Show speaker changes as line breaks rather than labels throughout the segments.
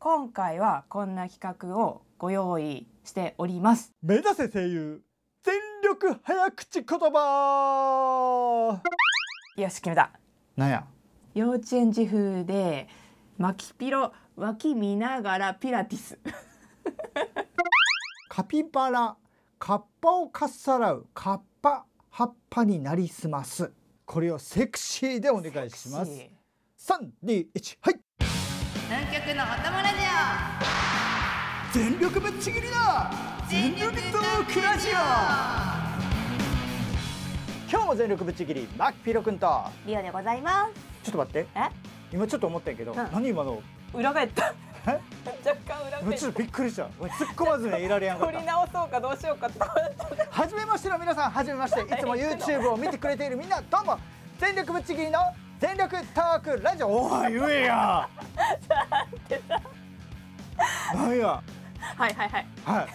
今回はこんな企画をご用意しております
目指せ声優全力早口言葉
よし決めた
なんや
幼稚園児風で巻きピロ脇見ながらピラティス
カピバラカッパをかっさらうカッパ葉っぱになりすますこれをセクシーでお願いします三二一はい
南極のお供ラジ
全力ぶっちぎりだ
オ全力トークラジ
今日も全力ぶっちぎりマキピロ君と
オリオでございます
ちょっと待って
え
今ちょっと思ったんやけど、
ん
何 今の
裏返った
え
若干裏
今
返っ
ち
た
ょっとびっくりした突っ込まずにいられやんかっ
取
た
り直そうかどうしようかと
はじめましての皆さんはじめましていつも YouTube を見てくれているみんなどうも全力ぶっちぎりの全力トークラジオおい言えや なんや
はいはいはい
はい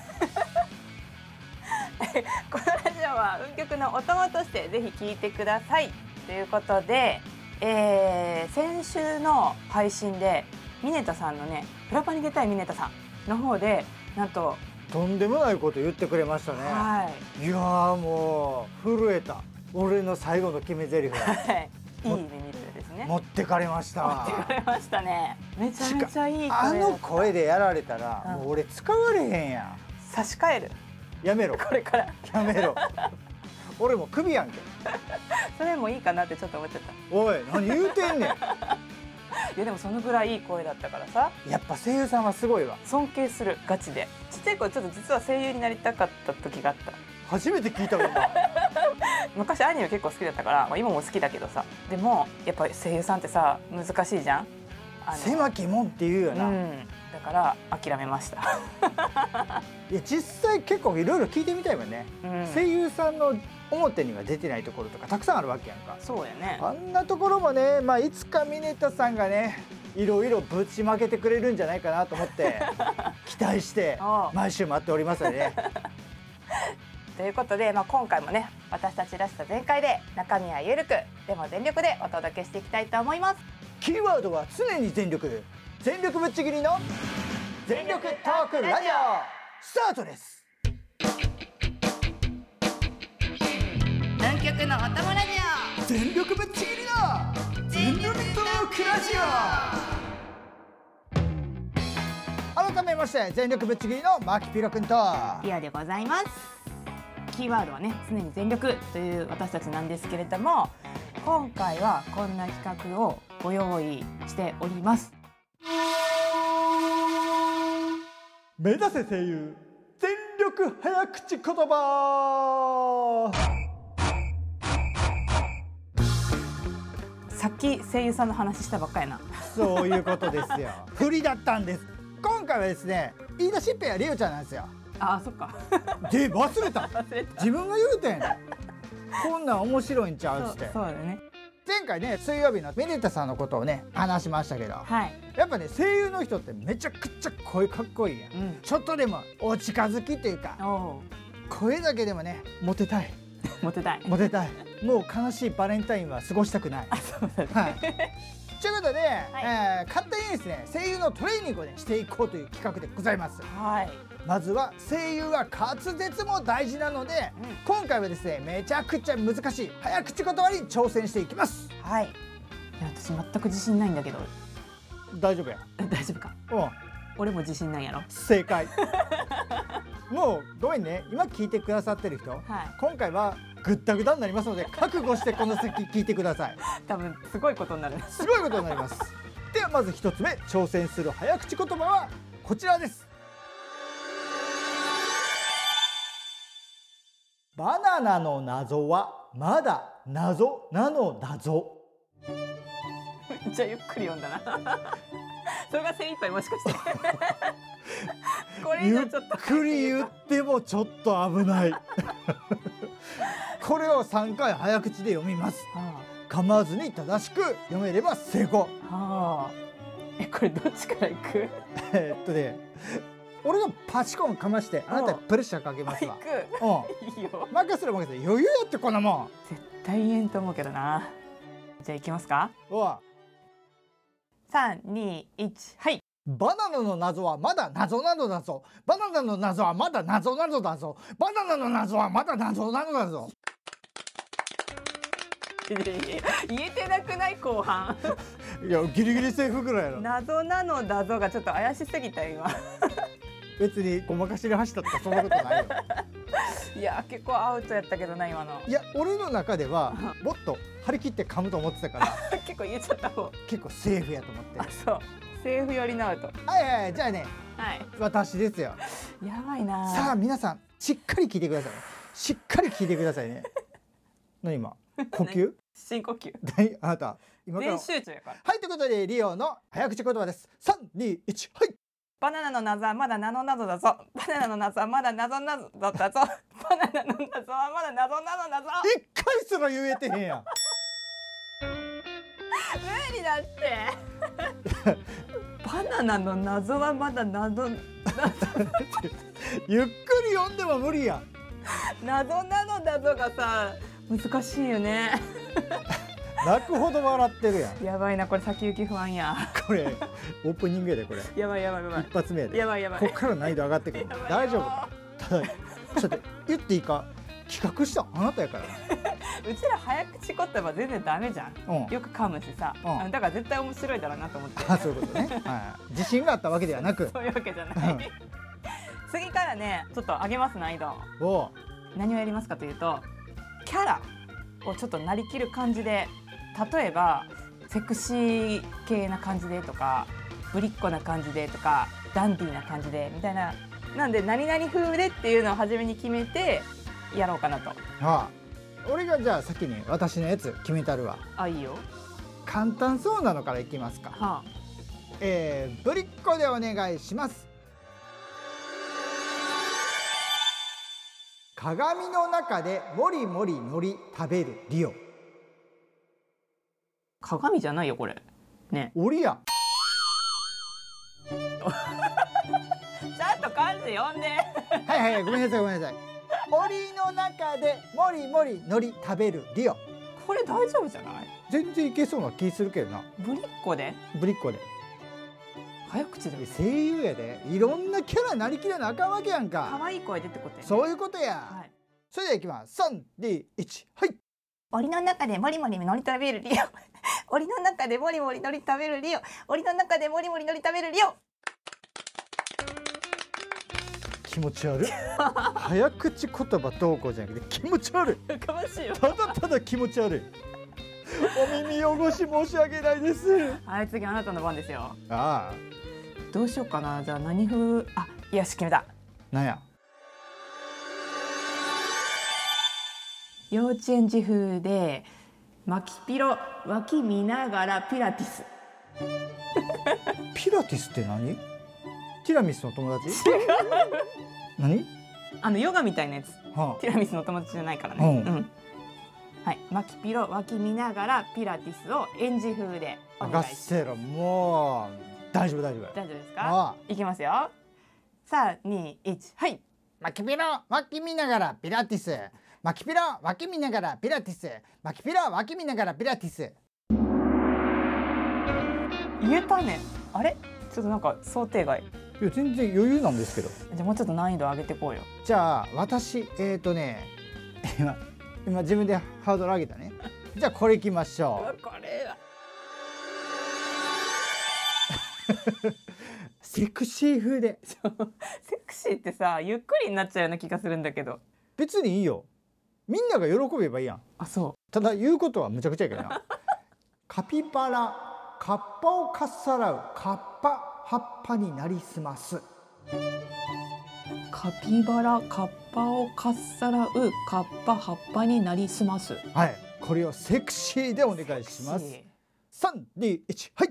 このラジオは運極のお供としてぜひ聞いてくださいということで、えー先週の配信でミネタさんのねフラパに出たいミネタさんの方でなんと、
とんでもないこと言ってくれましたね
はい
いやーもう震えた俺の最後の決め台詞
はいいい
も
ミネタですね
持ってかれました
言ってくれましたねめちゃめちゃいい声だ
あの声でやられたら
うん
もう俺使われへんや
差し替える
んやめろ
これから
やめ ろ俺もうクビやんけ
それもいいかなってちょっと思っちゃった
おい何言うてんねん
いやでもそのぐらいいい声だったからさ
やっぱ声優さんはすごいわ
尊敬するガチでちっちゃい頃ちょっと実は声優になりたかった時があった
初めて聞いたもんな
昔アニメ結構好きだったから、まあ、今も好きだけどさでもやっぱり声優さんってさ難しいじゃんあの
狭きもんって言うよな、
うんだから諦めました、
いや実際結構いろいろ聞いてみたいわね、
うん、
声優さんの表には出てないところとかたくさんあるわけやんか
そうやね
あんなところもね、まあ、いつかミネタさんがねいろいろぶちまけてくれるんじゃないかなと思って 期待して
おう
毎週待っておりますので ね
ということで、まあ、今回もね私たちらしさ全開で中身はゆるくでも全力でお届けしていきたいと思います
キーワードは常に全力全力ぶっちぎりの全力トークラジオスタートです
南極のお供ラジ
全力ぶっちぎりの全力トークラジオ改めまして全力ぶっちぎりのマキピロ君と
リアでございますキーワードはね常に全力という私たちなんですけれども今回はこんな企画をご用意しております
目指せ声優全力早口言葉
さっき声優さんの話したばっかやな
そういうことです よ振りだったんです今回はですね言い出しっぺはリオちゃんなんですよ
あーそっか
で忘れた自分が言うてんやねんこんなん面白いんちゃうっ
そ
つ
う
って
そうだね
前回ね水曜日のミネタさんのことをね話しましたけど
はい、
やっぱね声優の人ってめちゃくちゃ声かっこいいやん
うん、
ちょっとでもお近づきというか
おお
声だけでもねモテたい
モテたい
モテたいもう悲しいバレンタインは過ごしたくない。はいということで、えー簡単にですね声優のトレーニングを、ね、していこうという企画でございます
はい
まずは声優は滑舌も大事なので、
うん
今回はですねめちゃくちゃ難しい早口言葉に挑戦していきます
はいいや私全く自信ないんだけど
大丈夫や
大丈夫か
うん
俺も自信ないやろ
正解もうごめんね今聞いてくださってる人、
はい
今回はぐったぐたになりますので覚悟してこの先聞いてください
多分すごいことになる ね
すごいことになりますではまず一つ目挑戦する早口言葉はこちらですバナナの謎はまだ謎なのだぞ
めっちゃゆっくり読んだな それが精一杯もしかして これ以
ゆ
上
っ
ちょっと
くり言ってもちょっと危ない これを3回早口で読みます
は
噛まずに正しく読めれば成功
あ、はあ、えこれどっちから行く
えーっとね俺がパチコンかましてあなたにプレッシャーかけますわ
行
う
くいいよ
ん任せろ任せろ余裕やってこんなも
絶対言えんと思うけどなじゃあ行きますか
んおい
三二一はい
バナナの謎はまだ謎なのだぞバナナの謎はまだ謎なのだぞバナナの謎はまだ謎なのだぞ
言えてなくない後半
いやギリギリセーフぐらいやろ
謎なのだぞがちょっと怪しすぎた今
別にごまかしで走ったとかそんなことないよ
いや結構アウトやったけどな今の
いや俺の中ではもっと張り切って噛むと思ってたから
結構言えちゃった方
結構セーフやと思 って
あそうセーフ寄りのアウト
はいはいじゃあね
はい
私ですよ
やばいな
さあ皆さんしっかり聞いてくださいしっかり聞いてくださいね何今呼吸
深呼吸
大あなた今から
全集中やから
はいということでリオの早口言葉です三二一はい
バナナの謎はまだ謎なぞだぞバナナの謎はまだ謎なぞ だぞバナナの謎はまだ謎なのだぞ
一回すら言えてへんやん
無理だって バナナの謎はまだ謎
ゆっくり読んでも無理やん
謎なのだぞがさ難しいよね
泣くほど笑ってるやん
やばいなこれ先行き不安や
これオープニングやでこれ
やばいやばいやばい
一発目やで
やばいやばい
こっから難易度上がってくる
やばいよ
大丈夫ただちょっと言っていいか企画したんあなたやから
うちら早口言葉全然ダメじゃん
うん
よく噛むしさ、
うん
あのだから絶対面白いだろうなと思 って
あそういうことね、はい、自信があったわけではなく
そういうわけじゃない、
うん
次からねちょっと上げます難易度を
おう
何をやりますかというとキャラをちょっとなりきる感じで例えばセクシー系な感じでとかぶりっ子な感じでとかダンディーな感じでみたいななんで何々風でっていうのを初めに決めてやろうかなと
はあ俺がじゃあ先に私のやつ決めたるわ
あいいよ
簡単そうなのからいきますか
は
えー、ぶりっ子でお願いします鏡の中でもりもりのり食べるリオ
あ鏡じゃないよこれね
おりや
ちゃんと漢字読んで
はいはいごめんなさいごめんなさいおりの中でもりもりのり食べるリオ
これ大丈夫じゃない
全然いけそうな気するけどな
ぶりっ子で
ぶりっ子で
早口で
声優やでいろんなキャラなりきらなあかんわけやん
可
か
愛い声でってことやね
そういうことや、
はい
それではいきます三二一はい
檻の中でモリモリのり食べるリオ 檻の中でモリモリのり食べるリオ檻の中でモリモリのり食べるリオ
気持ち悪い早口言葉どうこうじゃなくて気持ち悪い
やかましいよ
ただただ気持ち悪いお耳汚し申し訳ないです
はい次あなたの番ですよ
ああ
どうしようかなじゃあ何風あよし決めた
なんや
幼稚園児風で巻きピロ脇見ながらピラティス
ピラティスって何ティラミスの友達何
あのヨガみたいなやつ
は
ティラミスのお友達じゃないからね
う
うんん、はい巻きピロ脇見ながらピラティスを園児風で
あ、
お
あが
願い
っ
します
せろもう大丈夫大丈夫
大丈夫ですか
ああ
いきますよ三二一はい
巻きピロ脇見ながらピラティス巻きピロ脇見ながらピラティス巻きピロ脇見ながらピラティス
言えたねあれちょっとなんか想定外
いや全然余裕なんですけど
じゃあもうちょっと難易度上げてこうよ
じゃあ私えー、とね今今自分でハードル上げたねじゃあこれいきましょう
これは
セクシー風で
セクシーってさゆっくりになっちゃうような気がするんだけど
別にいいよみんなが喜べばいいやん
あそ
ただ言うことはむちゃくちゃやけどなカピバラカッパをかっさらうカッパ葉っぱになりすます
うカピバラカッパをかっさらうカッパ葉っぱになりすます
はいこれをセクシーでお願いします三二一はい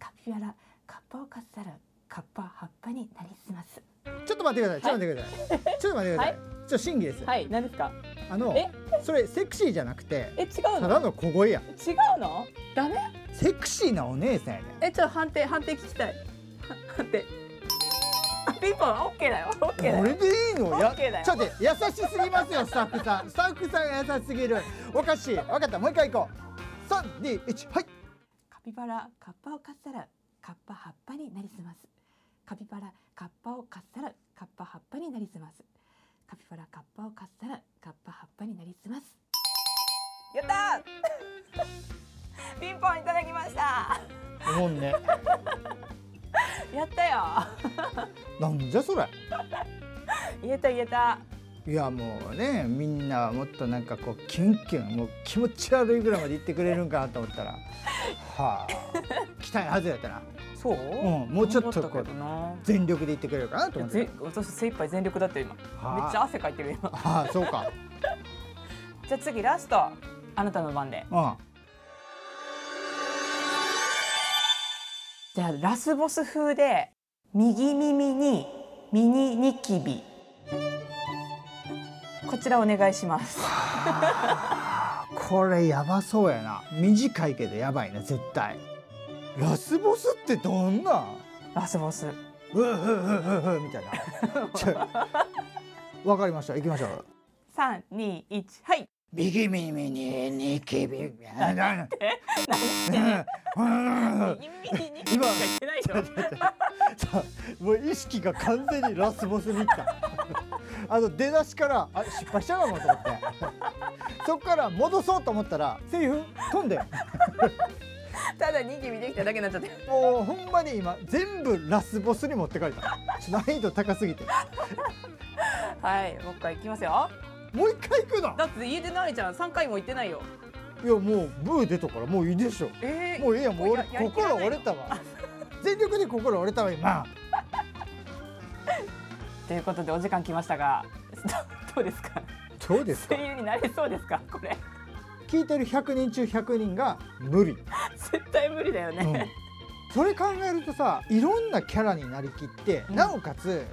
カピバラカッパをかっさらうカッパ葉っぱになりすます
ちょっと待ってくださいちょっと待ってください、ちょっと待ってください、
は
ちょっと審議です、
はい何ですか
あの
え
それセクシーじゃなくて
え違う
た
の
だの小声や
違うのダメ
セクシーなお姉さんやね
えちょっと判定判定聞きたいは判定あピンポンオッケーだよオッケーだよ
これでいいの
オッ
や
ケーだよ
ちょっと待って優しすぎますよスタッフさんスタッフさんが優しすぎるおかしいわかったもう一回行こう三二一はい
カピバラカッパをかっさらうカッパ葉っぱになりすますカピバラカッパをかっさらうカッパ葉っぱになりすますカピバラカッパをかっさらうカッパ葉っぱになりすますやったーピンポンいただきました
おもんね。
やったよ
なんじゃそれ。
言えた言えた
いやもうねみんなもっとなんかこうキュンキュンもう気持ち悪いぐらいまで言ってくれるんかなと思ったら はあ来たいはずやったな
そう、
うんもうちょっとこう
頑張ったけどな
全力で言ってくれるかなと思って
ぜ私精一杯全力だったよ今め
はあ
っちゃ汗かいてる今
ああそうか
じゃあ次ラストあなたの番で
う
じゃあラスボス風で右耳にミニニキビこちらお願いします
んこれやばそうやな短いけどやばいな絶対ラスボスってどんなん
ラスボス
うわうわうわうわうわみたいなちょわかりました行きましょう
三二一はい
右耳にニキビななな
右耳にニキビがいけないよ
さもう意識が完全にラスボスにいったあの出だしからあ失敗したかもと思ってそこから戻そうと思ったらセリフ飛んで
ただニキビできただけになっちゃって
もうほんまに今全部ラスボスに持ってかれたちょ難易度高すぎて
はいもう一回いきますよ
もう一回行くな
だって家でなりちゃん三回も行ってないよ
いやもうブー出たからもういいでしょ
えー
もういいやもう俺
ややりきら
心
ないの
折れたわ全力で心折れたわ今
ということでお時間来ましたが どうですか
どうですか
声優になれそうですかこれ
聞いてる100人中100人が無理
絶対無理だよ
うん
ね、
それ考えるとさいろんなキャラになりきって、
うん
なおかつ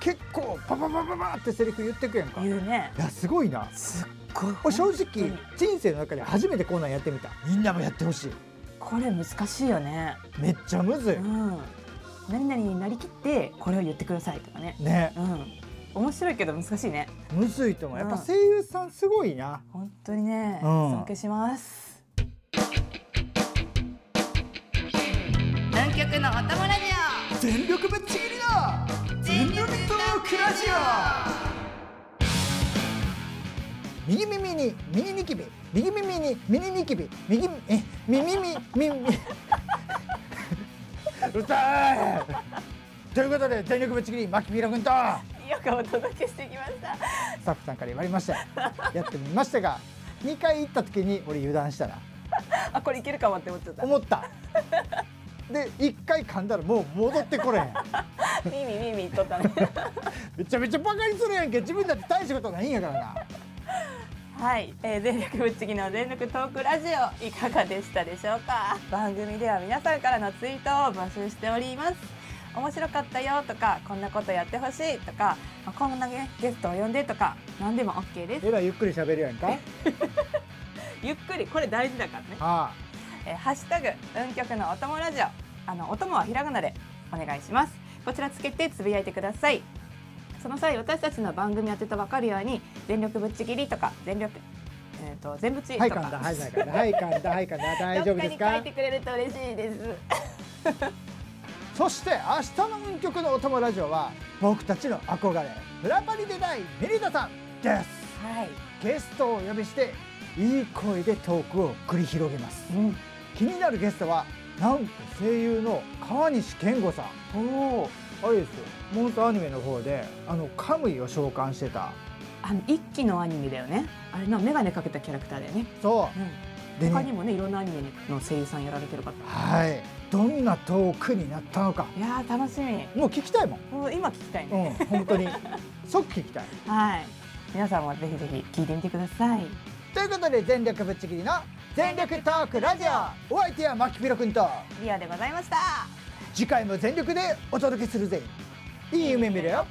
結構パパパパパってセリフ言ってくやんか、い
言うね
やすごいな
すっごい
俺正
本
直
当に
人生の中で初めてこんなんやってみたみんなもやってほしい
これ難しいよね
めっちゃむずい、
うん何々になりきってこれを言ってくださいとかね
ね
うん面白いけど難しいね
むずいと思うやっぱ
うん
声優さんすごいな、
本当にね、
うん
尊敬します
南極のお供ラジ
全力ぶっちぎりだ
オ全力トークラジ
右耳にミニニキビ右耳にミニニキビ右え耳にみみ うたいということで全力ぶっちぎり牧平君と
よくお届けしてきました
スタッフさんから言われましたやってみましたが2回行った時に俺油断したな
あこれいけるかもって思っちゃった
思ったで1回噛んだらもう戻ってこれへん
ミミミミとったね
めちゃめちゃバカにするやんけ自分だって大したことないんやからな
はい、えー、全力ぶっちぎりの全力トークラジオいかがでしたでしょうか番組では皆さんからのツイートを募集しております面白かったよとかこんなことやってほしいとかまあこんなねゲストを呼んでとか何でも OK です
えらいゆっくり喋るやんか
ゆっくりこれ大事だからね
あ
えーハッシュタグ運極のお供ラジオあのお供はひらがなでお願いしますこちらつけてつぶやいてくださいその際私たちの番組宛てと分かるように全力ぶっちぎりとか全力えっ、と全部ち
あ
とか、
はい噛んだはい噛んだはい噛んだはい噛んだ大丈夫です
どっか
か
に書いてくれると嬉しいです
そして明日の運極のお供ラジオは僕たちの憧れフラパリでないメリダさんです
はい、
ゲストをお呼びしていい声でトークを繰り広げます
うん、
気になるゲストはなんと声優の川西健吾さん
おお
あれですよモンスターアニメの方であのカムイを召喚してた
あの一期のアニメだよねあれの眼鏡かけたキャラクターだよね、
そ
うん
うで
他に
ね
もねいろんなアニメの声優さんやられてる方
はいどんなトークになったのか
いやー楽しみ
もう聞きたいもん
もう今聞きたいね、
うん本当に 即聞きたい
はい。皆さんもぜひぜひ聞いてみてください。
ということで全力ぶっちぎりの全力トークラジオお相手はマキピロ君と
リアでございました。
次回も全力でお届けするぜいい夢見ろよ